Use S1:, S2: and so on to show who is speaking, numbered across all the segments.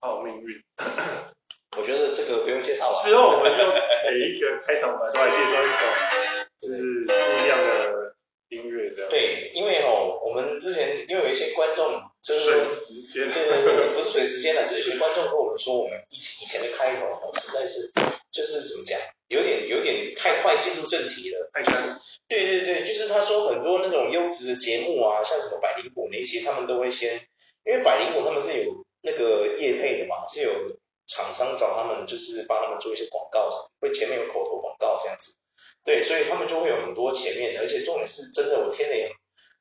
S1: 荣誉。
S2: 我觉得这个不用介绍了。
S1: 之后我们就每一个开场白都来介绍一首，就是不一样的音乐这样。
S2: 对，因为哦，我们之前因为有一些观众就是
S1: 水
S2: 说，
S1: 时间，
S2: 对对对，不是水时间了，就是有些观众跟我们说，我们以前以前的开头哦，实在是就是怎么讲，有点有点太快进入正题了。
S1: 太干，
S2: 对对对，就是他说很多那种优质的节目啊，像什么百灵果那些，他们都会先，因为百灵果他们是有那个业配的嘛，是有厂商找他们，就是帮他们做一些广告什么，会前面有口头广告这样子。对，所以他们就会有很多前面的，而且重点是真的，我听了也，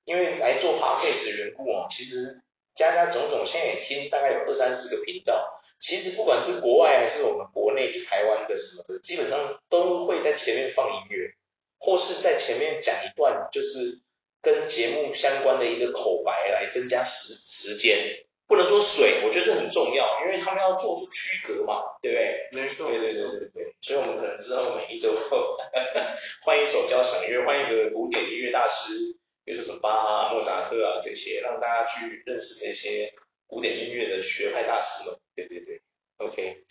S2: 因为来做 podcast 的缘故哦，其实加加总总现在也听大概有二三十个频道。其实不管是国外还是我们国内，就台湾的什么的，基本上都会在前面放音乐。或是在前面讲一段就是跟节目相关的一个口白来增加时时间，不能说水，我觉得这很重要，因为他们要做出区隔嘛，对不对？
S1: 没错，
S2: 对对对对对，所以我们可能之后每一周 换一首交响乐，换一个古典音乐大师，比如说什么巴哈、莫扎特啊这些，让大家去认识这些古典音乐的学派大师们。对对对，OK。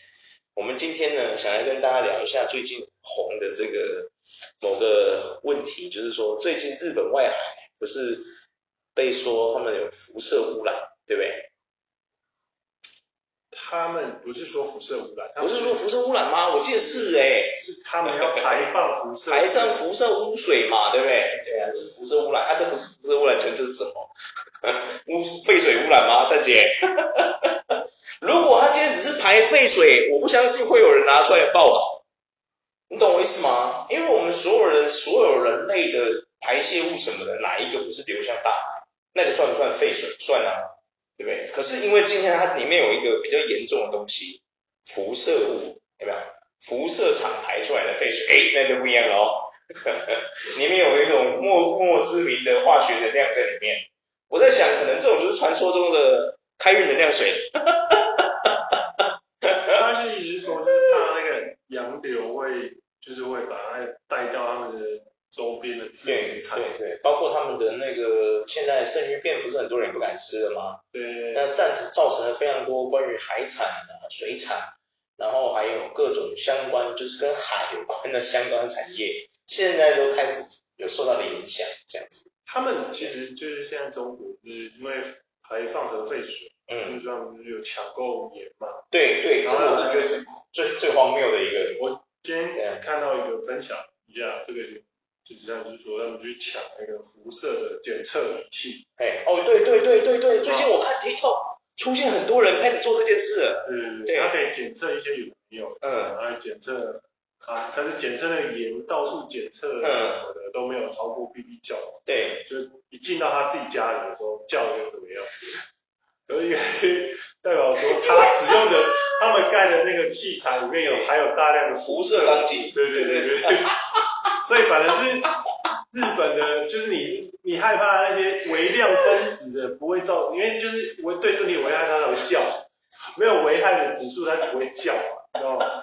S2: 我们今天呢，想来跟大家聊一下最近红的这个某个问题，就是说最近日本外海不是被说他们有辐射污染，对不对？
S1: 他们不是说辐射污染，他
S2: 不
S1: 们
S2: 是说辐射污染吗？我记得是哎、
S1: 是他们要排放辐射，
S2: 排上辐射污水嘛，对不对？对啊，就是辐射污染，啊，这不是辐射污染权，这是什么？ 污废水污染吗，大姐？ 如果他今天只是排废水，我不相信会有人拿出来报道，你懂我意思吗？因为我们所有人，所有人类的排泄物什么的，哪一个不是流向大海？那个算不算废水？算啊，对不对？可是因为今天它里面有一个比较严重的东西，辐射物，有没有？辐射厂排出来的废水，哎，那就不一样了哦。 里面有一种莫莫之名的化学能量在里面。我在想，可能这种就是传说中的开运能量水。
S1: 他是一直说，就是怕那个洋流会，就是会把它带到他们的周边的自
S2: 对
S1: 然产
S2: 对对，包括他们的那个现在生鱼片，不是很多人也不敢吃了吗？
S1: 对，
S2: 那暂时造成了非常多关于海产啊、水产，然后还有各种相关就是跟海有关的相关产业，现在都开始有受到了影响，这样子。
S1: 他们其实就是现在中国，就是因为排放核废水，所
S2: 嗯，
S1: 以他们就是有抢购盐嘛。
S2: 对对，这个我是觉得最最最荒谬的一个。
S1: 今天看到一个分享一下，这个就是像是说他们去抢那个辐射的检测仪器，
S2: 哎，哦，对对对对对，
S1: 啊
S2: 最近我看 TikTok 出现很多人开始做这件事了。
S1: 对对
S2: 对
S1: 对，它呃可以检测一些有的没有的，
S2: 嗯
S1: 然后检测啊，它是检测那个盐到处检测
S2: 嗯
S1: 的什么的都没有超过 BB 教。
S2: 对，
S1: 就一进到他自己家里的时候，叫又怎么样？所以代表说他使用的他们盖的那个器材里面有含有大量的辐，
S2: 辐射钢筋。
S1: 对对对对对，所以反正是日本的，就是你你害怕那些微量分子的不会造，因为就是我对身体有危害它才会叫，没有危害的指数它只会叫嘛，你知道吗？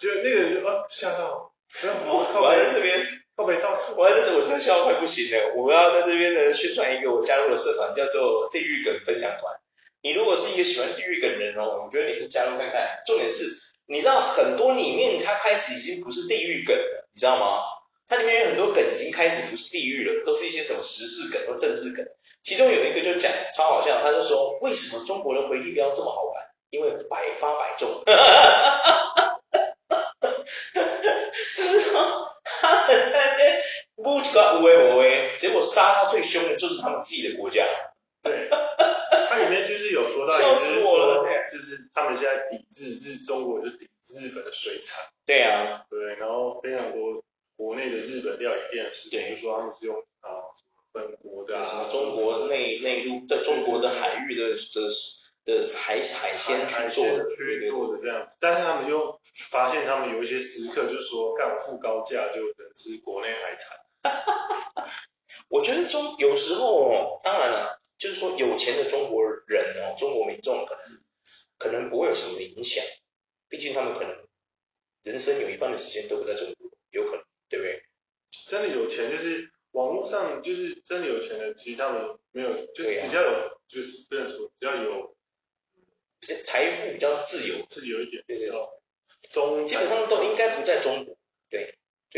S1: 就那个人就啊吓到，
S2: 我
S1: 我靠
S2: 我还在
S1: 北
S2: 这边，
S1: 靠北到
S2: 我还在这，我真的笑到快不行了。我要在这边呢宣传一个我加入的社团，叫做地狱梗分享团。你如果是一个喜欢地狱梗的人哦，我觉得你可以加入看看。重点是，你知道很多里面它开始已经不是地狱梗了，你知道吗？它里面有很多梗已经开始不是地狱了，都是一些什么时事梗或政治梗。其中有一个就讲超好笑，他就说为什么中国的回力镖这么好玩？因为百发百中。 就是说他们在那边不奇怪无为无为，结果杀他最凶的就是他们自己的国家。
S1: 对，它里面就是有说到，
S2: 笑死我了
S1: 就是说就是他们现在抵制日中国，就抵制日本的水产，
S2: 对啊，
S1: 对不对？然后非常多国内的日本料理店的师傅
S2: 对
S1: 就说他们是用啊什么本国的、啊，
S2: 什么中国内内陆在中国的海域的的的海海鲜去
S1: 海
S2: 做的
S1: 鲜，
S2: 对
S1: 去
S2: 对
S1: 做的这样子，但是他们又发现他们有一些食客就说，干我付高价就只能吃国内海产，
S2: 我觉得中有时候哦，当然了，就是说有钱的中国人哦，中国民众可能可能不会有什么影响，毕竟他们可能人生有一半的时间都不在中国，有可能，对不对？
S1: 真的有钱就是。网络上就是真的有钱人，其实他们没有，就是
S2: 对啊
S1: 比较有，就是真的说比较有
S2: 比较财富比较自由，
S1: 是有一点
S2: 对对对，
S1: 中
S2: 基本上都应该不在中国，对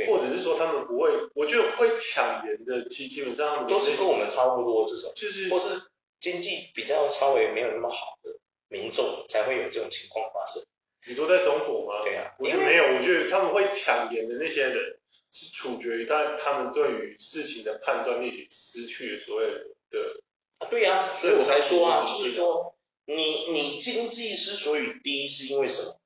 S1: 或者是说他们不会，我觉得会抢人的，基基本上他们
S2: 都是跟我们差不多这种，
S1: 就是
S2: 或是经济比较稍微没有那么好的民众才会有这种情况发生。
S1: 你都在中国吗？
S2: 对啊，
S1: 我觉得没有，我觉得他们会抢盐的那些人，是处决于他他们对于事情的判断力失去了所谓的，
S2: 啊对啊，所以我才说啊，就是说你你经济之所以低，是因为什么？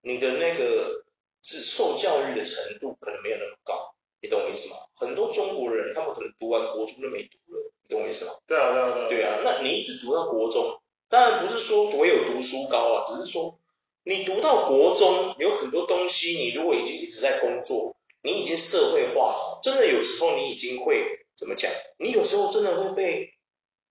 S2: 你的那个是受教育的程度可能没有那么高，你懂我意思吗？很多中国人他们可能读完国中就没读了，你懂我意思吗？
S1: 对啊对啊对啊，
S2: 对啊，那你一直读到国中，当然不是说我有读书高啊，只是说你读到国中，有很多东西你如果已经一直在工作，你已经社会化了，真的有时候你已经会怎么讲？你有时候真的会被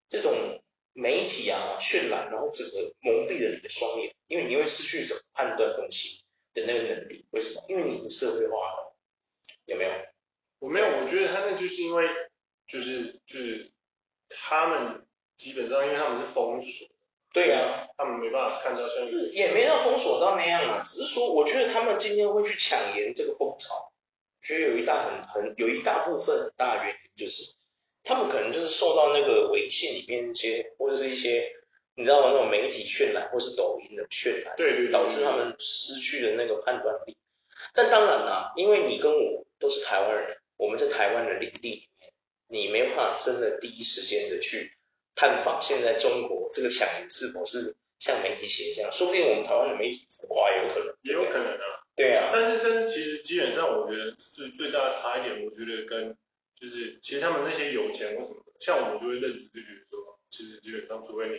S2: 这种媒体啊渲染，然后整个蒙蔽了你的双眼，因为你会失去怎么判断东西的那个能力。为什么？因为你已经社会化了，有没有？
S1: 我没有，我觉得他那就是因为就是就是他们基本上因为他们是封锁，
S2: 对啊呀、
S1: 他们没办法看到像
S2: 是也没到封锁到那样啊，只是说我觉得他们今天会去抢盐这个风潮，觉得有一大很很有一大部分很大原因就是他们可能就是受到那个微信里面一些或者是一些你知道吗那种媒体渲染或是抖音的渲染，
S1: 对对对
S2: 导致他们失去了那个判断力。但当然啦、因为你跟我都是台湾人，我们在台湾的领地里面，你没办法真的第一时间的去探访现在中国这个抢银是否是像媒体写的这样，说不定我们台湾的媒体浮夸也有可能，
S1: 也
S2: 对
S1: 有
S2: 不
S1: 可
S2: 对？
S1: 能啊，
S2: 对啊，
S1: 但是但是其实基本上我觉得最最大的差一点，我觉得跟就是其实他们那些有钱或什么的，像我们就会认知就觉得说，其实基本上除非你，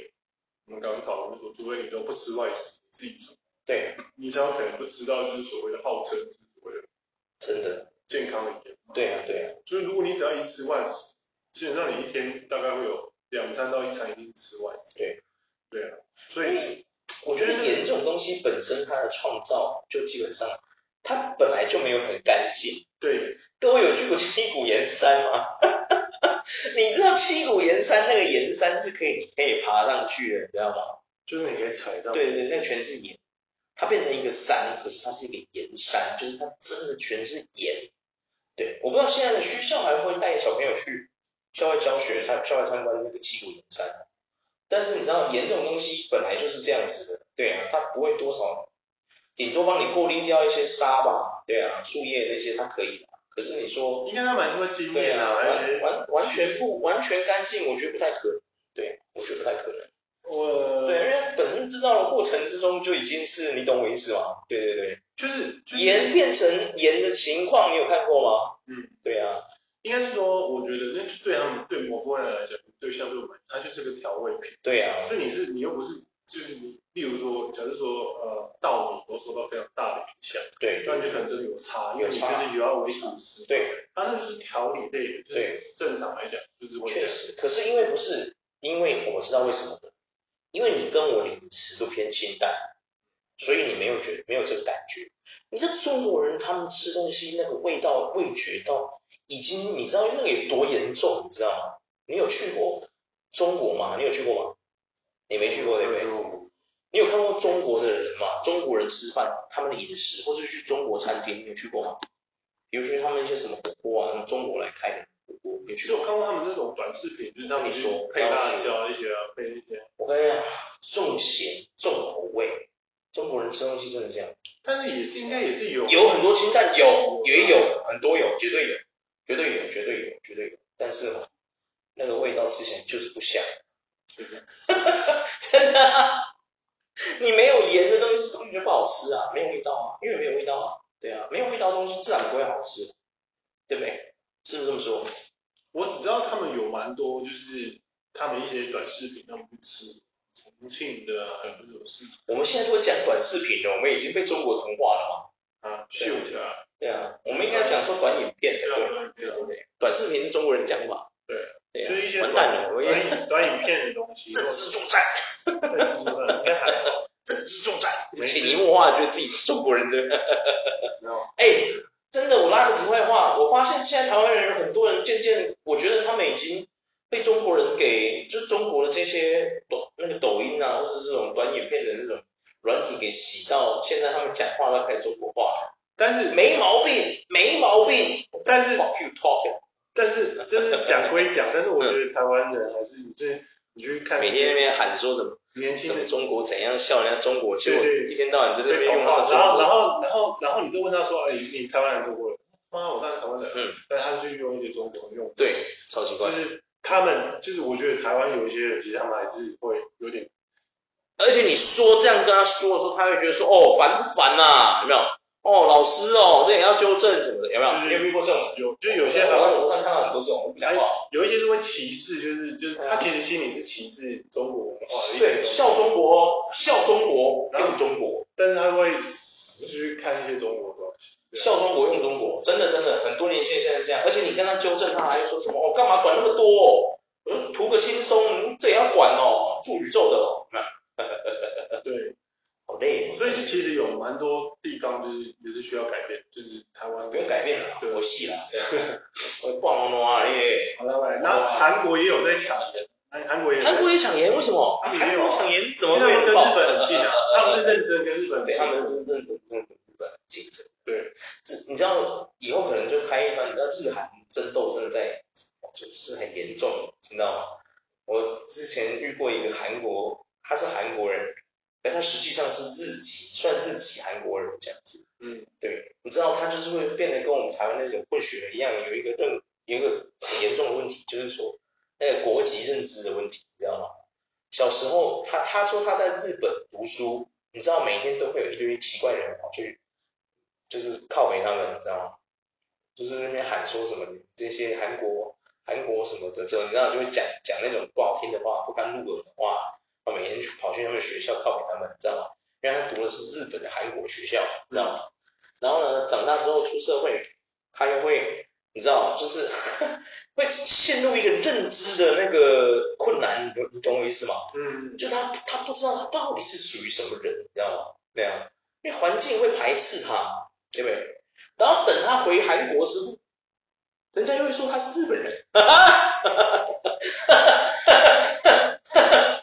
S1: 我们刚刚讨论说，除非你都不吃外食，自己煮，
S2: 对，啊
S1: 你才有可能会吃到就是所谓的号称是所谓的
S2: 真的，
S1: 健康的饮料。
S2: 对啊，对啊，
S1: 所以如果你只要一吃外食，基本上你一天大概会有两餐到一餐一定吃外食。
S2: 对，
S1: 对啊，所
S2: 所
S1: 以
S2: 以我觉得盐这种东西本身它的创造就基本上它本来就没有很干净。
S1: 对
S2: 各位有去过七股岩山吗？ 你知道七股岩山那个岩山是可以，你可以爬上去的，你知道吗？
S1: 就是你可以踩到。
S2: 对对，啊那全是岩，它变成一个山，可是它是一个岩山，就是它真的全是岩。对，我不知道现在的学校还会带小朋友去校外教学、参校外参观那个七股岩山，但是你知道岩这种东西本来就是这样子的，对啊，它不会多少，顶多帮你过滤掉一些沙吧，对啊，树叶那些它可以的，可是你说。
S1: 应该他们还是会经
S2: 对
S1: 验
S2: 啊，
S1: 啊，而且
S2: 完完完全不完全干净，我觉得不太可能。对，我觉得不太可能。
S1: 我
S2: 对，因为本身制造的过程之中就已经是，你懂我意思吗？对对对，
S1: 就是就是
S2: 盐变成盐的情况，你有看过吗？
S1: 嗯，
S2: 对啊，
S1: 应该是说，我觉得那就对他们对摩夫人来讲，对相对我们，它就是个调味品。
S2: 对啊，
S1: 所以你是你又不是就是你，例如说，假如说呃稻米都受到非常大的影响，
S2: 对
S1: 那你就可能真的有差，因为你
S2: 有差
S1: 就是有要维土吃。
S2: 对，
S1: 它那就是调理类的，就是
S2: 对
S1: 正常来讲就是会这
S2: 确
S1: 样。
S2: 实。可是因为不是，因为我知道为什么了，因为你跟我的饮食都偏清淡，所以你没有觉没有这个感觉。你知道中国人他们吃东西那个味道味觉到已经，你知道那个有多严重，你知道吗？你有去过中国吗？你有去过吗？你没去过对不对？
S1: 就
S2: 你有看过中国的人吗？中国人吃饭，他们的饮食，或是去中国餐厅，你有去过吗？比如说他们一些什么火锅啊，什么中国来开的火锅，你有
S1: 其
S2: 去
S1: 实我
S2: 过吗？
S1: 看过他们那种短视频，就是他们
S2: 你说
S1: 去配辣椒那些啊，配那些，
S2: 我跟你讲，重咸重口味，中国人吃东西真的这样。
S1: 但是也是应该也是有
S2: 有很多清淡，有也有很多有，绝对有，绝对有，绝对有，绝对有。但是哦那个味道吃起来就是不像，真的啊、你没有盐的东西，东西就不好吃啊，没有味道啊，因为没有味道啊，对啊，没有味道的东西自然不会好吃，对不对？是不是这么说？
S1: 我只知道他们有蛮多，就是他们一些短视频，他们去吃重庆的啊，还有那种事情
S2: 我们现在都会讲短视频了，我们已经被中国同化了嘛？
S1: 啊，秀一下，
S2: 对啊，我们应该讲说短影片才
S1: 这
S2: 对，
S1: 样
S2: 对不对？短视频是中国人讲法，
S1: 对
S2: 对
S1: 啊
S2: 啊，
S1: 就是一些
S2: 完
S1: 短
S2: 蛋了，我
S1: 短
S2: 也
S1: 影短影片的东西，
S2: 认
S1: 或
S2: 知作战。
S1: 者是应该还好，
S2: 认知作战，
S1: 没事
S2: 潜移默化觉得自己是中国人的。
S1: 然后
S2: 哎、真的，我拉个题外话，我发现现在台湾人有很多人渐渐，我觉得他们已经被中国人给，就是中国的这些抖那个抖音啊，或是这种短影片的这种软体给洗到，现在他们讲话都开始中国话了，
S1: 但是
S2: 没毛病，没毛病。
S1: 但是
S2: Fuck you talk，
S1: 但是真的讲归讲，但是我觉得台湾人还是你这你去看
S2: 每天那边喊说什么
S1: 年轻
S2: 什
S1: 的
S2: 么中国怎样笑人家中国，结果
S1: 对对
S2: 一天到晚在
S1: 对
S2: 这
S1: 比
S2: 边
S1: 我
S2: 用那
S1: 好
S2: 个中
S1: 然后然
S2: 国，
S1: 后然后然后你就问他说，哎，你你台湾人中国人？妈，我当然台湾人，啊
S2: 嗯，
S1: 但他就用一些中国人用，
S2: 对，超奇怪
S1: 就。是他们就是我觉得台湾有一些人，其实他们还是会有点
S2: 而且你说这样跟他说的时候，他会觉得说哦烦不烦啊？有没有？哦老师哦，这也要纠正什么的，有没有？
S1: 就是
S2: 你有遇过这种？
S1: 有，就有些台
S2: 好
S1: 湾
S2: 像我看看到很多这种，我不讲话。
S1: 有一些是会歧视，就是就是
S2: 对
S1: 他
S2: 啊
S1: 其实心里是歧视中国文化的一
S2: 对，
S1: 种，
S2: 笑中国，笑中国，
S1: 然后
S2: 用中国，
S1: 但是他会去看一些中国的东西。对啊
S2: 笑中国，用中国，真的真的，很多年轻人现在这样，而且你跟他纠正，他还说什么哦，干嘛管那么多、哦？嗯，图个轻松，嗯这也要管哦，住宇宙的哦，有没有
S1: 对，
S2: 好累、哦，
S1: 所以就其实有蛮多地方就是也是需要改变，就是台湾
S2: 不用改变了啦
S1: 对，
S2: 我戏啦，这样我逛龙龙啊耶，
S1: 好了，来，那韩国也有在抢人，韩韩国也有在
S2: 韩国也抢盐，为什么？
S1: 他
S2: 韩
S1: 们也有
S2: 国抢盐怎
S1: 因为他
S2: 么会
S1: 们跟
S2: 爆
S1: 日本很近 啊，他们是认真跟日本很
S2: 对，
S1: 近，
S2: 他们真正真正日本竞争。
S1: 对，
S2: 这你知道以后可能就开一番，你知道日韩争斗真的在就是很严重，你知道吗？我之前遇过一个韩国，他是韩国人，但他实际上是日籍，算日籍韩国人这样子。
S1: 嗯，
S2: 对，你知道他就是会变得跟我们台湾那种混血儿一样，有一个认有一个很严重的问题，就是说那个国籍认知的问题，你知道吗？小时候他他说他在日本读书，你知道每天都会有一堆奇怪的人跑去，就是靠北他们，你知道吗？就是那边喊说什么这些韩国韩国什么的，之后你知道就会讲讲那种不好听的话、不堪入耳的话，他每天去跑去他们学校靠北他们，你知道吗？因为他读的是日本的韩国学校，你知道吗？然后呢，长大之后出社会，他又会，你知道，就是 会陷入一个认知的那个困难，你你懂我意思吗？
S1: 嗯，
S2: 就他他不知道他到底是属于什么人，你知道吗？那样，因为环境会排斥他，对不对？然后等他回韩国时候，人家就会说他是日本人，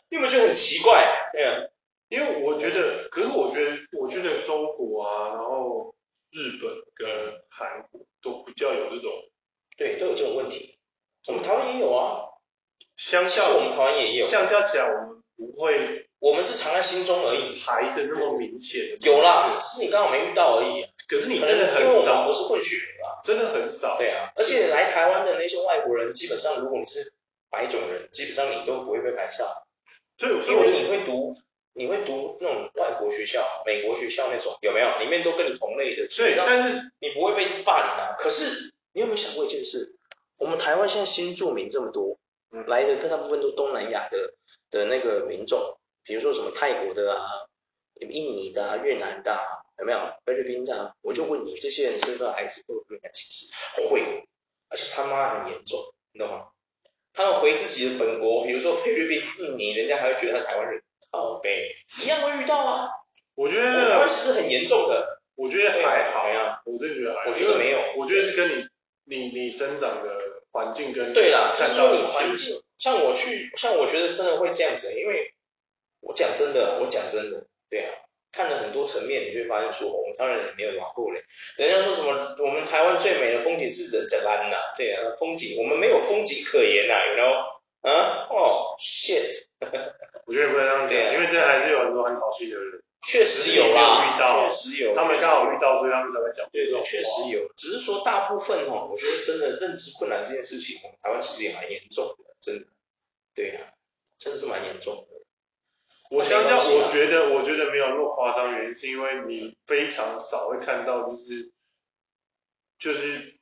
S2: 你有没有觉得很奇怪？对啊，
S1: 因为我觉得，可是我觉得，我觉得中国啊，然后日本跟韩国都比较有这种
S2: 对，都有这种问题。我们台湾也有啊，
S1: 相
S2: 其
S1: 较
S2: 实我们台湾也有，
S1: 相较起来，我们不会
S2: 我们是藏在心中而已。
S1: 排着那么明显。
S2: 有啦，只是你刚好没遇到而已、啊。
S1: 可是你
S2: 可
S1: 真的
S2: 能因
S1: 很
S2: 为我们
S1: 少
S2: 不，是混血儿啊。
S1: 真的很少。
S2: 对啊，而且来台湾的那些外国人，基本上如果你是白种人，基本上你都不会被排斥啊，
S1: 所以所以
S2: 因
S1: 我
S2: 为
S1: 就
S2: 你会读，你会读那种外国学校、美国学校那种，有没有？里面都跟你同类的，基
S1: 对，
S2: 本上
S1: 但是
S2: 你不会被霸凌啊。可是你有没有想过一件事？我们台湾现在新住民这么多，
S1: 嗯
S2: 来的大部分都东南亚的的那个民众，比如说什么泰国的啊、印尼的啊、越南的啊，有没有？菲律宾的啊，我就问你，这些人生的孩子会不会感歧视？会，而且他妈很严重，你懂吗？他们回自己的本国，比如说菲律宾、印尼，人家还会觉得他台湾人，靠呗，一样会遇到啊。
S1: 我觉
S2: 我们台
S1: 得
S2: 湾其实很严重的，
S1: 我觉得还好
S2: 对啊，
S1: 我真的觉得还好，
S2: 我觉得没有。
S1: 我觉得是跟你你你生长的环境跟
S2: 对啊啦，就是
S1: 看
S2: 说
S1: 到
S2: 你
S1: 的
S2: 环境，像我去，像我觉得真的会这样子，因为我讲真的，我讲真的，对啊，看了很多层面，你就会发现说，我们台湾人也没有哪够嘞。人家说什么，我们台湾最美的风景是人在兰呐，对啊，风景我们没有风景可言呐、有 y o 啊，哦，shit，
S1: 我觉得不能这样
S2: 对啊
S1: 讲，因为真的还是有很多很好心的人，
S2: 确实有啦，
S1: 没有遇到
S2: 确实有，
S1: 他们
S2: 确
S1: 刚
S2: 实有
S1: 好遇到，所以他们才会讲
S2: 对
S1: 这种
S2: 对，
S1: 话
S2: 确实有，只是说大部分哦，我觉得真的认知困难这件事情，我们台湾其实也蛮严重的，真的，对呀、真的是蛮严重的。
S1: 我相较，
S2: 没关系啊
S1: 我觉得我觉得没有那么夸张，原因是因为你非常少会看到，就是就是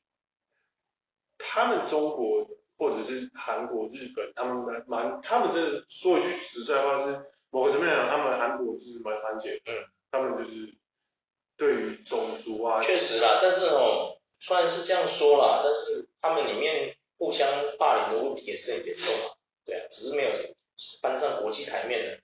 S1: 他们中国或者是韩国、日本，他们蛮蛮，他们真的说一句实在话是，某个层面来讲，他们韩国就是蛮团结，
S2: 嗯，
S1: 他们就是对于种族啊，
S2: 确实啦，但是哦，虽然是这样说啦，但是他们里面互相霸凌的问题也是很严重啊。对啊，只是没有搬上国际台面的。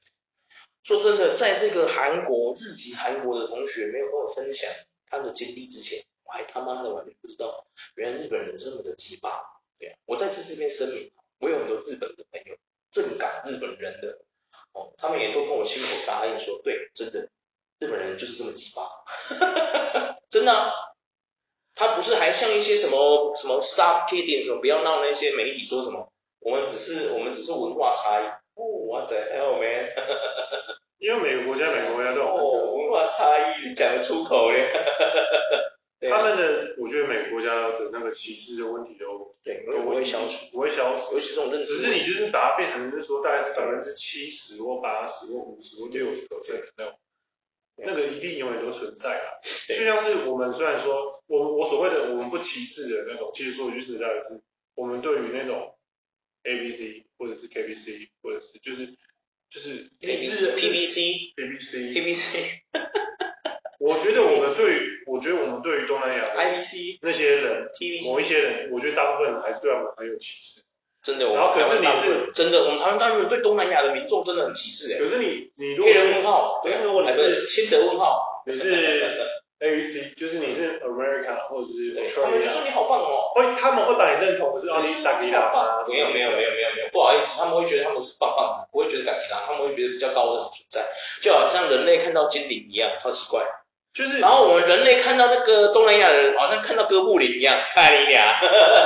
S2: 说真的，在这个韩国日籍韩国的同学没有跟我分享他们的经历之前，我还他妈的完全不知道，原来日本人这么的鸡巴。对啊，我再次这边声明，我有很多日本的朋友，正港日本人的，哦，他们也都跟我亲口答应说，对，真的，日本人就是这么鸡巴，真的、啊。他不是还像一些什么什么 stop kidding 什么不要闹那些媒体说什么，我们只是我们只是文化差异。哦，what the hell man？
S1: 因为每个国家每个国家都有那个
S2: 哦，文化差异讲得出口嘞。 对啊
S1: 他们的，我觉得每个国家的那个歧视的问题都
S2: 对，
S1: 都
S2: 我会消除，，
S1: 不会消除。
S2: 尤其这种认
S1: 只
S2: 知，
S1: 是你就是把它变成就是说大概是百分之七十或八十或五十或六十 percent 那种，那个一定永远都存在啦。就
S2: 对
S1: 像是我们虽然说我们我所谓的我们不歧视的那种，其实说一句实在的是，我们对于那种 A B C 或者是 K B C 或者是就是就是日
S2: P B C
S1: P B
S2: P
S1: C，
S2: B C
S1: 我觉得我们对于我觉得我们对于东南亚
S2: I
S1: 的
S2: B C
S1: 那些人
S2: T B C
S1: 某一些人，我觉得大部分人还是对他们很有歧视。
S2: 真的，我
S1: 然后
S2: 们
S1: 可是
S2: 台湾
S1: 你
S2: 大陆
S1: 是
S2: 人真的，我们台湾大陆人对东南亚的民众真的很歧视哎、
S1: 可是你你如果
S2: 黑人问号，
S1: 对
S2: 对，如果你
S1: 还是
S2: 是亲德问号，
S1: 你是 A B C，就是你是 America 或者是
S2: 对，他们就
S1: Australia，
S2: 说你好棒哦，
S1: 会他们会把你认同，可是哦你打
S2: 你
S1: 你
S2: 好
S1: 打
S2: 棒，
S1: 他，
S2: 没有没有没有没有没有，不好意思，他们会觉得他们是棒棒的，不会觉得感迪拉，他们会觉得比较高的存在，就好像人类看到精灵一样，超奇怪。
S1: 就是
S2: 然后我们人类看到那个东南亚人，好像看到哥布林一样，看你俩，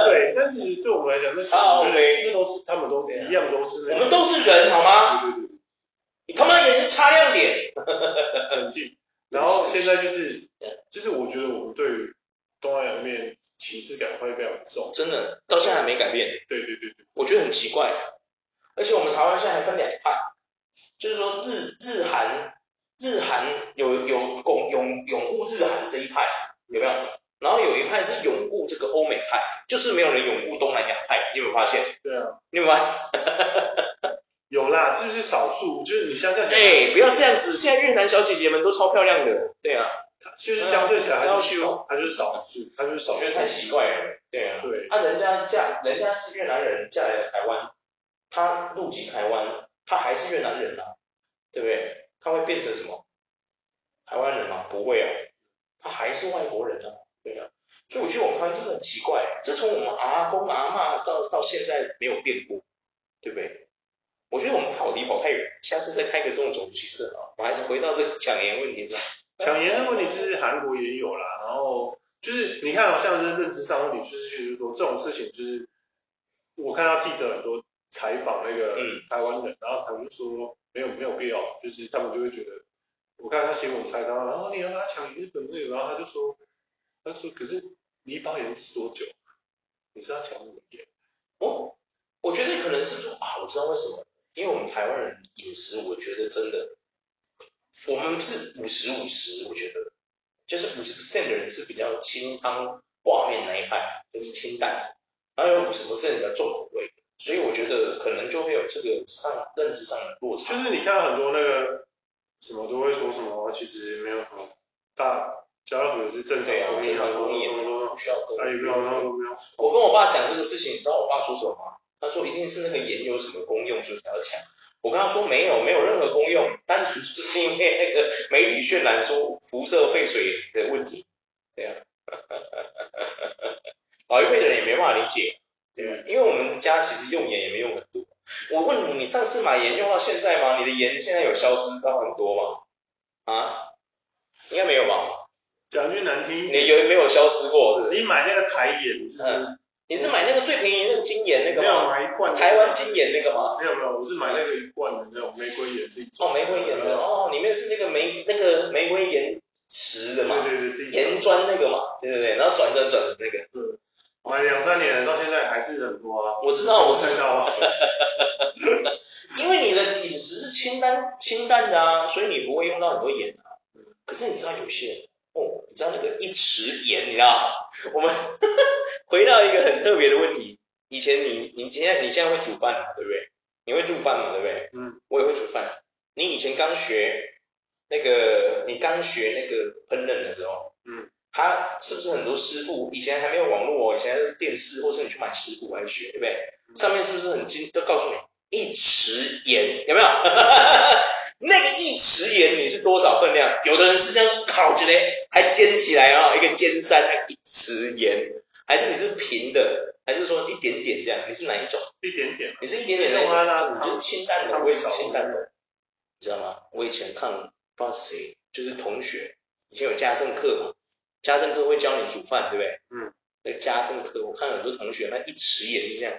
S1: 对，但其实对我们来讲，那是
S2: 靠北
S1: 那都是他们都一样都是
S2: 啊我
S1: 那
S2: 们
S1: 个
S2: 都是人好吗？
S1: 对对
S2: 你他妈也是擦亮点，
S1: 对很近。然后现在就是就是我觉得我们对于东南亚那边歧视感会非常重，
S2: 真的到现在还没改变。
S1: 对对对对，
S2: 我觉得很奇怪。而且我们台湾现在还分两派，就是说日日韩日韩有有拱拥拥护日韩这一派，有没有？然后有一派是拥护这个欧美派，就是没有人拥护东南亚派，你有没有发现？
S1: 对啊，
S2: 你有没有发现？
S1: 有啦，这是少数，就是你相较起来，
S2: 哎，不要这样子，现在越南小姐姐们都超漂亮的，对啊，
S1: 就是相对起来
S2: 要
S1: 还是
S2: 修，
S1: 还就是少数，还就是少
S2: 我
S1: 数
S2: 觉，得太奇怪了，对啊。
S1: 对，
S2: 啊，人家嫁，人家是越南人嫁来台湾，他入籍台湾，他还是越南人啊，对不对？他会变成什么？台湾人吗？不会啊，他还是外国人啊，对啊。所以我觉得我们台湾真的很奇怪，这从我们阿公阿嬷到到现在没有变过，对不对？我觉得我们跑题跑太远，下次再开个这种种族歧视啊，我们还是回到这个抢盐问题上。
S1: 抢盐的问题就是韩国也有啦，然后就是你看，好像就是认知上问题，就是就是说这种事情，就是我看到记者很多采访那个
S2: 嗯
S1: 台湾人，然后他们就说没有没有必要，就是他们就会觉得，我看他新闻采访，然后你要跟他抢日本那个，然后他就说，他就说可是你一包盐吃多久？你是要抢我盐？
S2: 哦，我觉得可能是说啊，我知道为什么，因为我们台湾人饮食，我觉得真的，我们是五十五十，我觉得就是五十 percent 的人是比较清汤挂面那一派，就是清淡的，然后有五十 percent 比较重口味，所以我觉得可能就会有这个上认知上的落
S1: 就
S2: 差。
S1: 是你看到很多那个什么都会说什么，其实没有什么大家乐福也是正常
S2: 对啊，
S1: 的，
S2: 健康公益
S1: 什么都
S2: 不需要跟
S1: 啊也没有那都没有。
S2: 我跟我爸讲这个事情，你知道我爸说什么吗？他说一定是那个盐有什么功用，所以才要抢。我跟他说没有，没有任何功用，单纯就是因为那个媒体渲染说辐射废水的问题。对啊，老一辈的人也没办法理解，对
S1: 哎
S2: 啊，因为我们家其实用盐也没用很多。我问你，你上次买盐用到现在吗？你的盐现在有消失到很多吗？啊，应该没有吧？
S1: 讲句难听一
S2: 你
S1: 点，
S2: 有没有消失过？对不对
S1: 你买那个台盐，就是
S2: 嗯，你是买那个最便宜的那个金盐那个
S1: 没
S2: 吗？
S1: 有买一罐的
S2: 台湾金盐那个吗？
S1: 没有没有，我是买那个一罐的那种玫瑰盐自己做。
S2: 哦，玫瑰盐的哦，里面是那个玫那个玫瑰盐石的
S1: 对
S2: 嘛，
S1: 对对，自己做
S2: 盐砖那个嘛，对对对，然后转转转的那个，
S1: 买两三年了，到现在还是很多啊。
S2: 我知道我知
S1: 知道啊。
S2: 因为你的饮食是清淡清淡的啊，所以你不会用到很多盐啊
S1: 嗯。
S2: 可是你知道有些人哦，你知道那个一匙盐，你知道 吗？我们回到一个很特别的问题，以前你你现在你现在会煮饭嘛，对不对？你会煮饭嘛，对不对？
S1: 嗯，
S2: 我也会煮饭。你以前刚学那个，你刚学那个烹饪的时候，
S1: 嗯，
S2: 他是不是很多师傅以前还没有网络哦，以前是电视或是你去买食谱来学，对不对？
S1: 嗯
S2: 上面是不是很精都告诉你一匙盐有没有？ 那个一匙盐你是多少分哦量？有的人是这样烤起来，还煎起来啊、一个煎三，一匙盐。还是你是平的，还是说一点点这样？你是哪一种？
S1: 一点点，
S2: 你是一点点那一种
S1: 用啊那，
S2: 我觉得清淡的，
S1: 汤
S2: 我也是清淡的，你知道吗？我以前看不知道是谁，就是同学，以前有家政课嘛，家政课会教你煮饭，对不对？
S1: 嗯。
S2: 那家政课，我看很多同学那一匙盐就这样，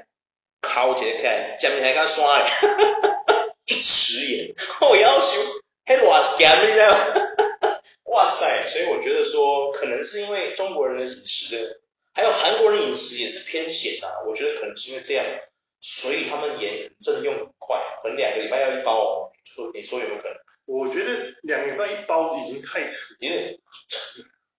S2: 烤起来看，下面还敢刷嘞， 一匙盐，我要求还软咸，你知道吗？ 哇塞！所以我觉得说，可能是因为中国人的饮食的，还有韩国人饮食也是偏咸啊。我觉得可能是因为这样，所以他们盐可能真的用很快，可能两个礼拜要一包哦。你说你说有没有可能？
S1: 我觉得两个半一包已经太扯，
S2: 因为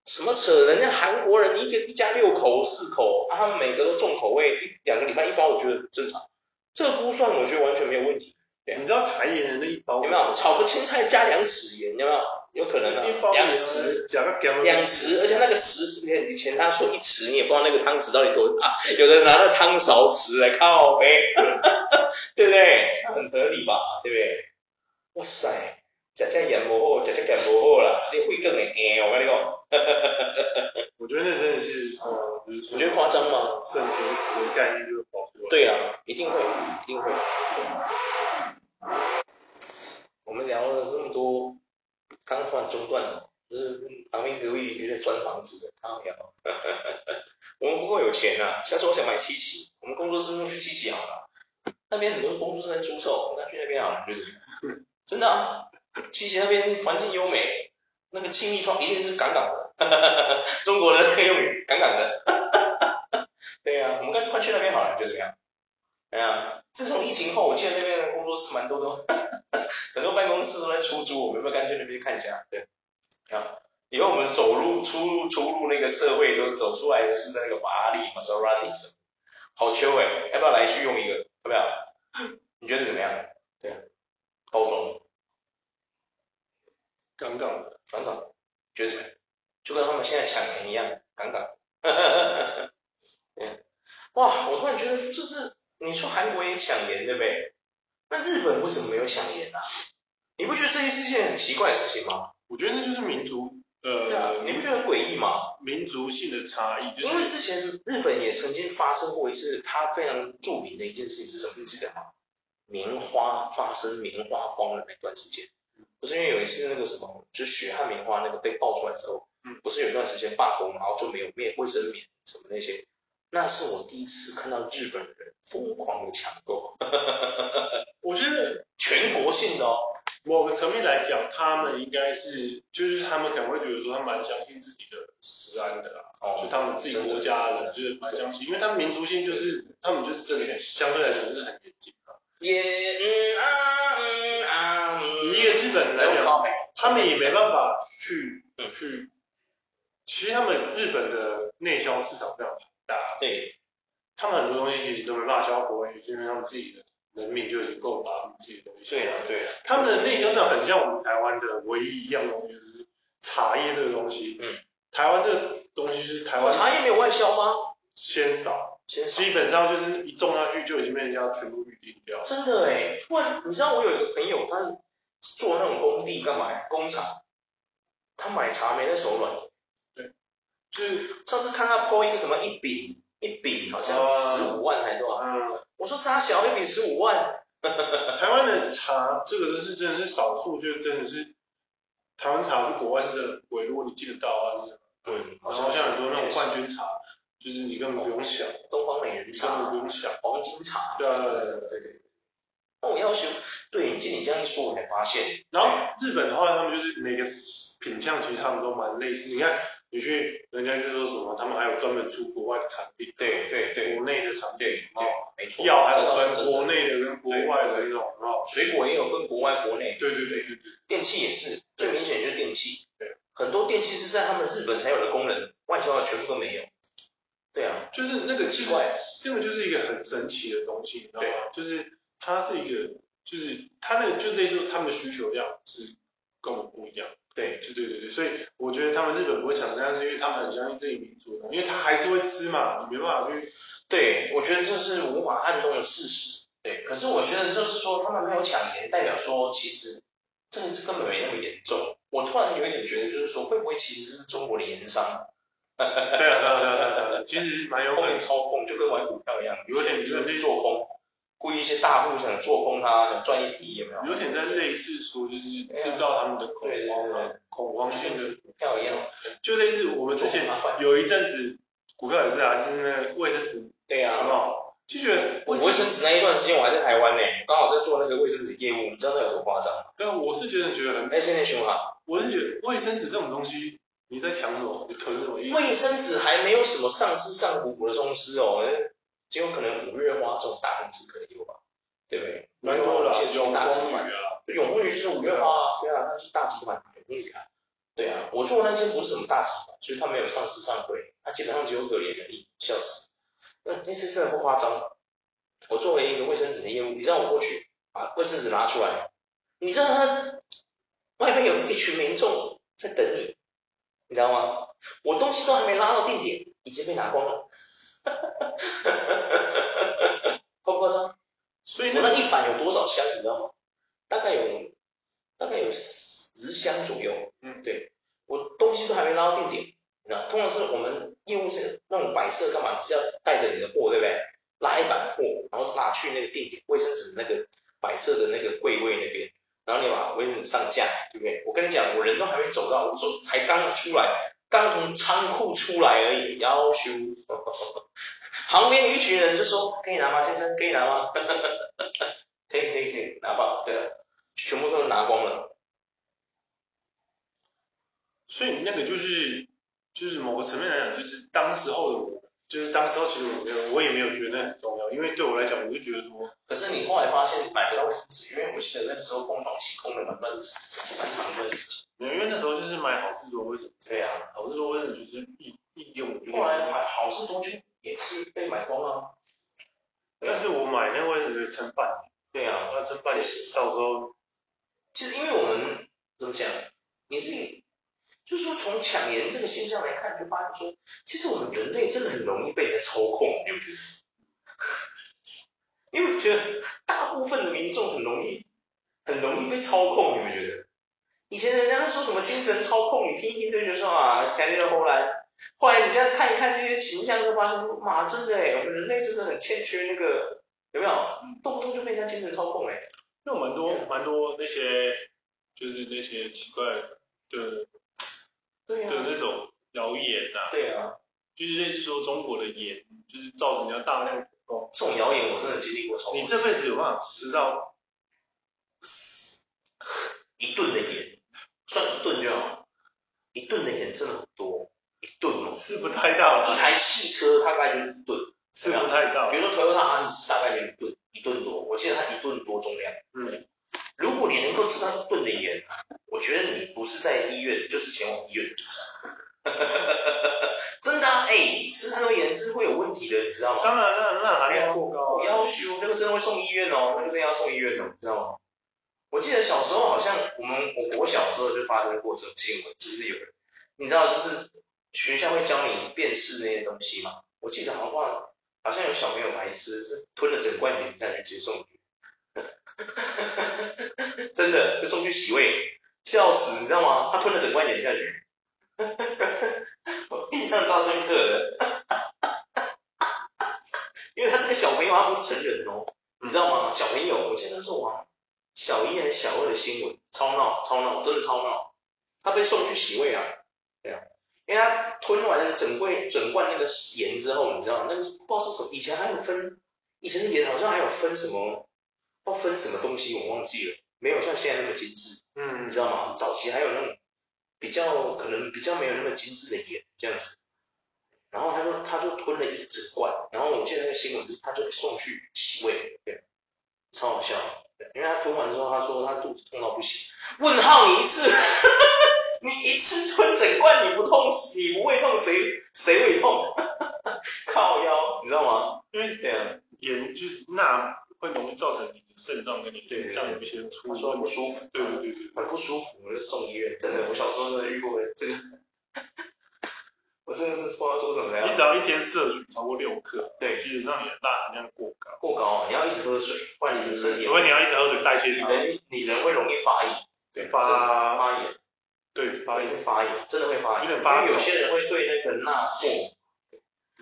S2: 什么扯？人家韩国人一个一家六口四口，啊、他们每个都重口味，一两个礼拜一包，我觉得很正常。这个估算我觉得完全没有问题，对啊
S1: 你知道台盐的那一包
S2: 有没有？炒个青菜加两匙盐，有没有？有可能
S1: 一
S2: 啊，
S1: 包
S2: 两匙。
S1: 假个两
S2: 两匙，而且那个匙，以前他说一匙，你也不知道那个汤匙到底多大，有的人拿那汤勺匙来靠呗， 对不对？那很合理吧，对不对？哇塞，食只盐无好，食只盐无好啦，你会更会硬，我跟你讲，
S1: 我觉得那真的是呃，你
S2: 你觉得夸张吗？
S1: 圣经石的概念就跑出来。，
S2: 对啊，一定会，一定会。我们聊了这么多，刚突然中断了，就是旁边刘毅有点钻房子的，看到没有？ 我们不够有钱啊，下次我想买七期，我们工作室去七期好了。那边很多工作室在租售，我们去那边好了，就是真的啊。七期那边环境优美，那个气密窗一定是杠杠的， 中国人那个用语杠杠的。 对啊，我们干脆快去那边好了，就怎么样？哎呀，自从疫情后，我记得那边的 工作室蛮多都，很多办公室都在出租，我们要不要干脆那边看一下？对，啊，以后我们走入出入出入那个社会，都走出来就是那个法拉利、玛莎拉蒂什么，好秋哎、要不要来去用一个？要不要？你觉得怎么样？对，包装
S1: 杠杠的，
S2: 杠杠，觉得怎么样？就跟他们现在抢人一样，杠 杠。嗯，哇，我突然觉得就是你说韩国也抢盐，对不对？那日本为什么没有抢盐啊？你不觉得这是一件很奇怪的事情吗？
S1: 我觉得那就是民族
S2: 对
S1: 呃
S2: 啊，你不觉得很诡异吗？
S1: 民族性的差异，就
S2: 因为
S1: 是
S2: 之前日本也曾经发生过一次，它非常著名的一件事情是什么？你记得吗？棉花发生棉花荒的那段时间，不是因为有一次那个什么，就是血汗棉花那个被爆出来之后
S1: 嗯，
S2: 不是有一段时间罢工，然后就没有面卫生棉什么那些，那是我第一次看到日本人疯狂的抢购，
S1: 我觉得
S2: 全国性的哦，
S1: 某个层面来讲，他们应该是就是他们可能会觉得说他蛮相信自己的食安的啦，
S2: 哦
S1: 就他们自己国家的，就是蛮相信，因为他们民族性就是他们就是正确，相对来讲就是很严谨啊。
S2: 也嗯啊嗯啊
S1: 以
S2: 嗯，
S1: 一个日本人来
S2: 有
S1: 讲，
S2: 靠没？
S1: 他们也没办法去
S2: 嗯
S1: 去，其实他们日本的内销市场非常大，
S2: 对，
S1: 他们很多东西其实都没办法销国外，因为他们自己的人民就已经够把他们自己的东西。
S2: 对啊了对了，
S1: 他们的内销市场很像我们台湾的唯一一样东西，就是茶叶这个东西。
S2: 嗯。
S1: 台湾这个东西就是台
S2: 我
S1: 湾
S2: 茶叶没有外销吗？
S1: 先少，
S2: 先生。
S1: 基本上就是一种下去就已经被人家全部预定掉。
S2: 真的哎，突然你知道我有一个朋友，他是做那种工地干嘛呀？工厂，他买茶没在手软。
S1: 就是
S2: 上次看他 PO 一个什么一饼一饼，好像
S1: 哦
S2: 十五万还多少？
S1: 嗯，
S2: 我说傻小一饼十五万，
S1: 台湾的茶这个是真的是少数，就是真的是台湾茶是国外是真的很贵，如果你记得到啊，是贵。
S2: 嗯好
S1: 然
S2: 像
S1: 后
S2: 是
S1: 像很多那种
S2: 确实
S1: 冠军茶，就是你根本不用想，
S2: 东方美人
S1: 你根本
S2: 茶
S1: 不、用想。
S2: 黄金茶，
S1: 对啊
S2: 什么的对对。那我要求，对你你这样一说，我才发现，
S1: 然后日本的话，他们就是每个品相其实他们都蛮类似。你看，你去人家就说什么，他们还有专门出国外的产品，
S2: 对对对
S1: 国内的产
S2: 对
S1: 品，
S2: 对
S1: 然后，
S2: 哦没错，
S1: 药还
S2: 这
S1: 有
S2: 倒是
S1: 分
S2: 真的
S1: 国内的跟国外的那种，然后
S2: 水果也有分国外国内，
S1: 对对对对对，
S2: 电器也是，最明显就是电器。
S1: 对，
S2: 很多电器是在他们日本才有的功能，外销的全部都没有。对啊，
S1: 就是那个
S2: 奇怪，
S1: 这个就是一个很神奇的东西，你知道吗就
S2: 对？
S1: 是它是一个，就是它那个就类似他们的需求量是跟我们不一样。
S2: 对，
S1: 对对对对，所以我觉得他们日本不会抢这样，是因为他们很相信自己民族的，因为他还是会吃嘛，你没办法去
S2: 对，我觉得这是无法撼动的事实。对，可是我觉得就是说他们没有抢盐，代表说其实这个是根本没那么严重。我突然有一点觉得，就是说会不会其实是中国的盐商
S1: 对啊，对啊，对啊，对啊对 啊，其实蛮有可
S2: 后
S1: 能
S2: 面，操控就跟玩股票一样，
S1: 有点
S2: 就
S1: 有
S2: 是
S1: 点
S2: 做空，故意一些大户想做空它，想赚一笔，有没
S1: 有
S2: 有？
S1: 点在类似说就是制造他们的恐慌
S2: 对对
S1: 啊，恐慌性的，
S2: 股票一样。
S1: 就类似我们之前
S2: 做法
S1: 有一阵子股票也是啊，就是那个卫生纸，
S2: 对
S1: 好
S2: 呀、
S1: 不
S2: 啊。
S1: 好？就觉得
S2: 我卫生纸那一段时间我还在台湾呢、刚好在做那个卫生纸业务，你知道那有多夸张？
S1: 但我是觉得觉得很，
S2: 哎，现在循环，
S1: 我是觉得卫生纸这种东西，你在抢什么？你囤什么意思？
S2: 卫生纸还没有什么上市上股股的公司哦，只有可能五月花这种大公司可能有吧，对不对？
S1: 蛮多的啊，
S2: 我记得是
S1: 永
S2: 大集
S1: 光
S2: 团
S1: 雨啊，
S2: 就永辉鱼就是五月花啊，对啊，那是大集团永辉鱼啊，对啊，我做的那些不是什么大集团，所以它没有上市上柜，它基本上只有可怜而已，笑死。那那次真的不夸张，我作为一个卫生纸的业务，你让我过去把卫生纸拿出来，你知道他外面有一群民众在等你，你知道吗？我东西都还没拉到定点，已经被拿光了， 夸不夸张？
S1: 所以
S2: 我
S1: 那
S2: 那一板有多少箱，你知道吗？大概有大概有十箱左右。
S1: 嗯，
S2: 对，我东西都还没拉到定点，你知道，通常是我们业务是那种摆设干嘛，你是要带着你的货，对不对？拉一板货，然后拉去那个定点卫生纸那个摆设的那个柜位那边，然后你把卫生纸上架，对不对？我跟你讲，我人都还没走到，我走才刚出来，刚从仓库出来而已，要求。 旁边有一群人就说：“可以拿吗，先生？可以拿吗？”可以可以可以，拿吧，对啊，全部都拿光了。
S1: 所以你那个就是就是某个层面来讲，就是当时候的我，就是当时候其实我没有，我也没有觉得那很重要，因为对我来讲，我就觉得说，
S2: 可是你后来发现买不到卫生纸，因为我记得那个时候空窗期空了蛮段时间，蛮长一段时间。
S1: 因为那时候就是买好事多卫生纸，
S2: 对啊，
S1: 好事多卫生纸就是一一点五就可以
S2: 后来还好事多就也是被买光了。啊
S1: 但是我买那卫生纸撑半年，
S2: 对啊，
S1: 那撑半年到时候
S2: 其实因为我们怎么讲，也是，就是说从抢盐这个现象来看，就发现说，其实我们人类真的很容易被人家操控，你有没有觉得？因为我觉得大部分的民众很容易，很容易被操控，你有没有觉得？以前人家都说什么精神操控，你听一听就觉得说啊，强烈的后来，后来你这样看一看这些形象，就发现说，妈，真的哎，我们人类真的很欠缺那个，有没有？动不动就被人家精神操控哎。
S1: 因为蛮多蛮多那些就是那些奇怪的的
S2: 对
S1: 的
S2: 啊，
S1: 那种谣言呐、
S2: 对啊。
S1: 就是类似说中国的盐，就是造成人家大量囤购。
S2: 这种谣言我真的经历过超过
S1: 你这辈子有办法吃到
S2: 一顿的盐，算一顿就好，一顿的盐真的很多，一顿哦，
S1: 吃不太到
S2: 一
S1: 啦，
S2: 台汽车大概就是一顿，
S1: 吃不太到
S2: 比。如说 Toyota Hiace 大概就一顿，一顿多，我记得它一顿多重量。
S1: 嗯，
S2: 如果你能够吃到一顿的盐，我觉得你不是在医院，就是前往医院的路上。 真的啊，哎、吃太多盐是会有问题的，你知道吗？
S1: 当然，那那含量过高
S2: 我
S1: 啊。
S2: 要求那个真的会送医院哦，那个真的要送医院哦，你知道吗？我记得小时候好像我们我我小时候就发生过这种新闻，就是有人，你知道就是学校会教你辨识那些东西嘛？我记得好像好像有小朋友白痴是吞了整罐盐下去直接送医院， 真的就送去洗胃，笑死你知道吗？他吞了整罐盐下去， 我印象超深刻的。因为他是个小朋友，他不是成人哦，你知道吗？小朋友，我记得那时候哇，小一还是小二的新闻，超闹超闹，真的超闹，他被送去洗胃啊，对啊，因为他吞完了整罐整罐那个盐之后，你知道那个不知道是什么，以前还有分，以前的盐好像还有分什么，不知道分什么东西我忘记了，没有像现在那么精致，
S1: 嗯
S2: 你，知道吗？早期还有那种比较可能比较没有那么精致的盐这样子，然后他就他就吞了一整罐，然后我记得那个新闻就是他就送去洗胃，对，超好笑的，对因为他吞完之后他说他肚子痛到不行，问号你一次， 你一次吞整罐你不痛你不胃痛谁谁胃痛？ 靠腰，你知道吗？
S1: 因为
S2: 对啊，
S1: 盐就是钠会容易造成你的肾脏跟你
S2: 对
S1: 的这样有一些出
S2: 他说不舒服
S1: 对对对对，
S2: 很不舒服，我就送医院。真的，我小时候真的遇过这个， 我真的是不知道说什么
S1: 你
S2: 呀
S1: 只。要一天摄取超过六克，
S2: 对，
S1: 基本上你的钠含量过高，
S2: 过高啊，你要一直喝水，不然你
S1: 嗯
S2: 的身体
S1: 除非你要一直喝水代谢
S2: 你
S1: 掉。
S2: 人你人会容易发炎，
S1: 发
S2: 发炎。
S1: 对，发炎
S2: 会发炎，真的会发炎，
S1: 有点发
S2: 因为有
S1: 肿
S2: 些人会对那个钠过敏。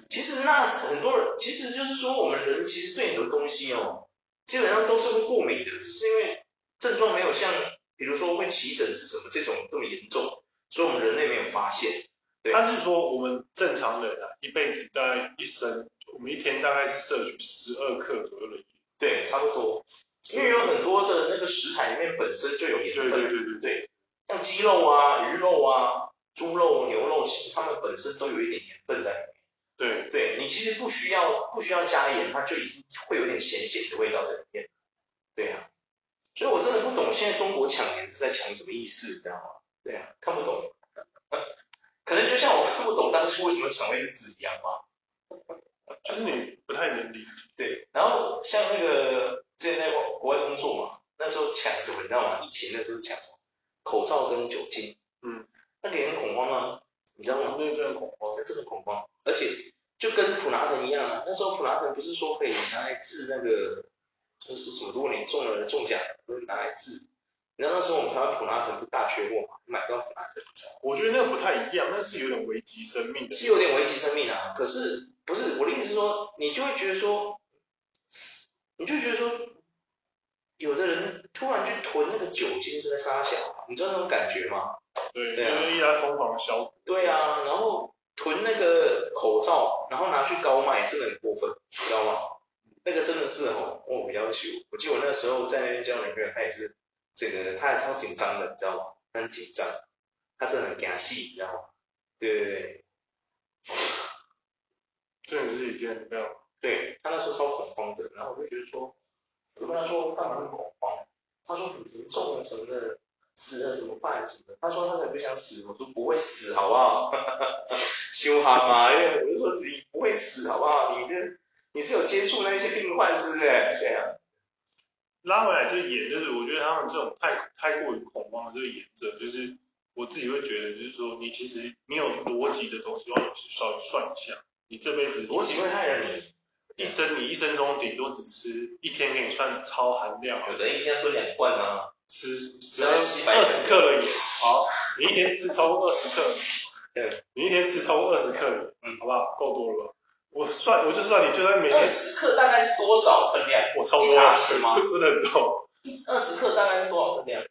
S2: 其实钠是很多人，其实就是说我们人其实对很多东西哦，基本上都是会过敏的，只是因为症状没有像比如说会起疹子什么这种这么严重，所以我们人类没有发现。对
S1: 他是说我们正常人啊，一辈子大概一生，我们一天大概是摄取十二克左右的盐。
S2: 对，差不多，因为有很多的那个食材里面本身就有盐
S1: 对
S2: 分，
S1: 对对对，
S2: 像鸡肉啊、鱼肉啊、猪肉、牛肉，其实它们本身都有一点盐分在里面。
S1: 对，
S2: 对你其实不需要不需要加盐，它就已经会有点咸咸的味道在里面。对啊，所以我真的不懂现在中国抢盐是在抢什么意思，你知道吗？对啊，看不懂。 可能就像我看不懂当初为什么肠胃是纸一样吧。
S1: 就是你不太能理解。
S2: 对，然后像那个之前在国国外工作嘛，那时候抢什么你知道吗？疫情那时候抢什么？口罩跟酒精。
S1: 嗯，
S2: 那个也很恐慌啊，你知道吗？哦
S1: 那个真的恐慌。
S2: 这个恐慌，而且就跟普拿疼一样啊，那时候普拿疼不是说可以拿来治那个，就是什么，如果你中了中奖，不是拿来治。你知道那时候我们台湾普拿疼不大缺货嘛，买不到普拿疼，
S1: 我觉得那个不太一样，那是有点危及生命的。
S2: 是有点危及生命啊。可是不是我的意思是说，你就会觉得说，你就觉得说，有的人突然去囤那个酒精是在杀小啊，你知道那种感觉吗？
S1: 对，
S2: 对啊
S1: 就是一直在疯狂地消毒。
S2: 对啊，然后囤那个口罩，然后拿去高卖，真的很过分，你知道吗？那个真的是哦，哦，要求。我记得我那个时候在那边交女朋友，她也是这个，她也超紧张的，你知道吗？她很紧张，她真的很惊戏，你知道吗？对对对，
S1: 真的是一件非常
S2: 对她那时候超恐慌的，然后我就觉得说，我跟她说干嘛那么恐慌？她说很严重啊什么的，死了怎么办什么的。她说她才不想死，我说不会死好不好？ 羞哈嘛，因为我就说你不会死好不好？你这你是有接触那些病患是不是？对啊，
S1: 拉回来就也就是我觉得他们这种太太过于恐慌的这个炎症，就是我自己会觉得，就是说你其实你有逻辑的东西，要去稍微算一下，你这辈子
S2: 逻辑会害了你。
S1: 一生你一生中顶多只吃一天给你算超含量，
S2: 有的人一定要吞两罐啊，
S1: 吃十
S2: 要
S1: 二
S2: 吸白
S1: 二十克的盐，
S2: 好，
S1: 你一天吃超过二十克，
S2: 对，
S1: 你一天吃超过二十克的，
S2: 嗯
S1: 好不好？够多了吧？我算我就算你就算每
S2: 二
S1: 天
S2: 十克大概是多少分量？
S1: 我超多
S2: 一茶匙吗
S1: 真的很多，
S2: 二十克大概是多少分量？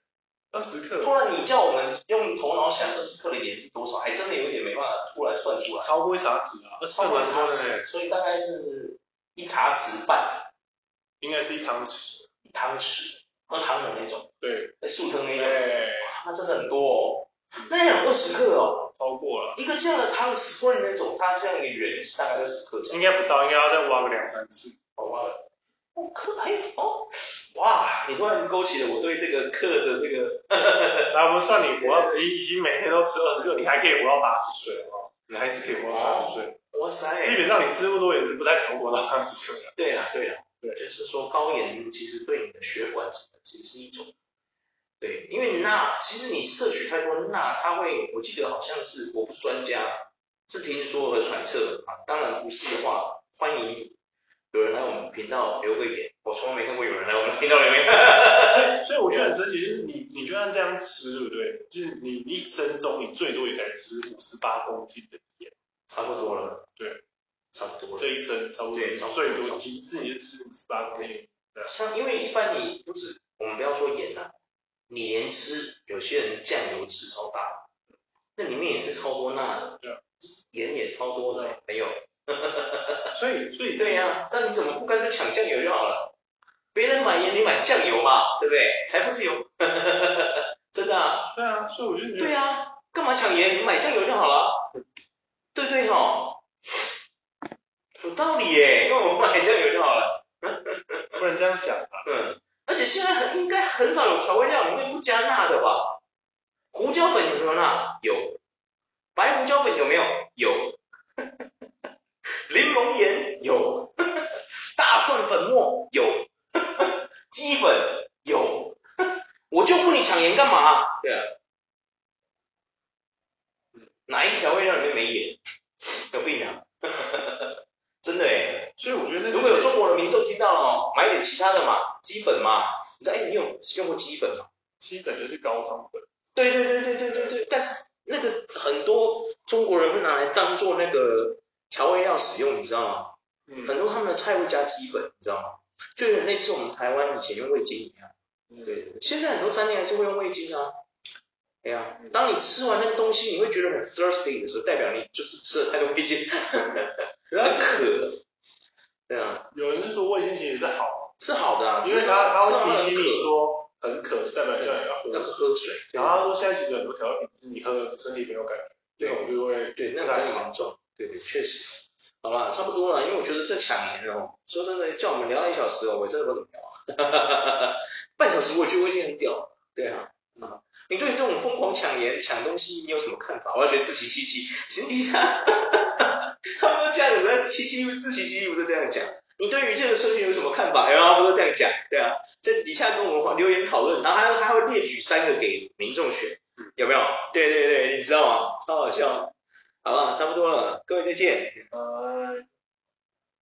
S1: 二十克
S2: 突然你叫我们用头脑想二十克的盐是多少，还真的有点没办法突然算出来。
S1: 超过一茶匙啊，
S2: 超过一茶
S1: 的，
S2: 匙，所以大概是一茶匙半，
S1: 应该是一汤匙，
S2: 一汤匙，喝汤的那种，
S1: 对，
S2: 素汤那种。啊
S1: 对，
S2: 那真的很多哦，那也有二十克哦，
S1: 超过了，
S2: 一个这样的汤匙，不然那种它这样的圆是大概二十克这样，
S1: 应该不到，应该要再挖个两三次，
S2: 好吧？哦，克还哦，哇，你突然勾起了我对这个克的这个，
S1: 来，我们算你活到，你已经每天都吃二十克，你还可以活到八十岁哦，你还是可以活到八十岁，
S2: 哇塞，
S1: 基本上你吃那么多也是不太可能活到八十岁的，
S2: 对啦对啦，
S1: 对
S2: 就是说高盐其实对你的血管什么的其实是一种，对，因为钠，其实你摄取太多钠，它会，我记得好像是，我不是专家，是听说和揣测啊，当然不是的话，欢迎有人来我们频道留个言，我从来没看过有人来我们频道留言，
S1: 所以我觉得很神奇，就是你你就算这样吃，对不对？就是你一生中你最多也才吃五十八公斤的盐，
S2: 差不多了，
S1: 对，
S2: 差不多了
S1: 这。一生差不多
S2: 对差不多
S1: 最多极致你就吃五十八公斤。
S2: 像因为一般你不止，我们不要说盐啦、你连吃有些人酱油吃超大，那里面也是超多钠的，
S1: 对啊
S2: 盐也超多的，没有。
S1: 所以，所以
S2: 对呀、但你怎么不干脆抢酱油就好了？别人买盐，你买酱油嘛，对不对？财富自由， 真的啊，
S1: 对啊，所以我就觉
S2: 对
S1: 得，
S2: 呀、干嘛抢盐？你买酱油就好了，对不对哦，有道理耶，因为我买酱油就好了。
S1: 不能这样想啊。
S2: 嗯，而且现在很应该很少有调味料里面不加钠的吧？胡椒粉有没有钠？有。白胡椒粉有没有？有。柠檬盐有。大蒜粉末有。鸡粉有。我就问你抢盐干嘛？对啊。哪一调味料里面没盐？有病啊！ 真的哎、
S1: 所以我觉得那
S2: 如
S1: 个
S2: 果有中国的民众听到了哦，买点其他的嘛，鸡粉嘛，你知道哎，你有用过鸡粉吗？
S1: 基本就是高汤粉，
S2: 对对对对对对对，但是那个很多中国人会拿来当做那个调味料使用，你知道吗？
S1: 嗯
S2: 很多他们的菜会加鸡粉，你知道吗？就有点类似我们台湾以前用味精一样。
S1: 嗯，
S2: 对，现在很多餐厅还是会用味精啊。哎呀、当你吃完那个东西，你会觉得很 thirsty 的时候，代表你就是吃了太多味精，
S1: 然
S2: 很
S1: 后
S2: 渴了。对啊，
S1: 有人是说味精其实是好，
S2: 是好的啊，
S1: 因为他他
S2: 吃
S1: 会
S2: 完
S1: 提醒你
S2: 很渴
S1: 说很渴，代表叫你要
S2: 要
S1: 喝。
S2: 喝水。
S1: 然后他说现在其实很多调味品是你喝身体没有感觉，那
S2: 对
S1: 种就会
S2: 对，那比较严重。对对，确实。好啦，差不多了，因为我觉得这抢盐哦，说真的，叫我们聊一小时哦，我真的不知道怎么聊啊。半小时我觉得我已经很屌了。对啊，啊，你对这种疯狂抢盐、抢东西，你有什么看法？我要学自欺欺欺，行底下， 他们都这样子在欺欺自欺欺欺，不是这样讲。你对于这个社群有什么看法？然后他们都这样讲，对啊，在底下跟我们留言讨论，然后他他会列举三个给民众选，有没有？对对对，你知道吗？超好笑。好了，差不多了，各位再见。
S1: 呃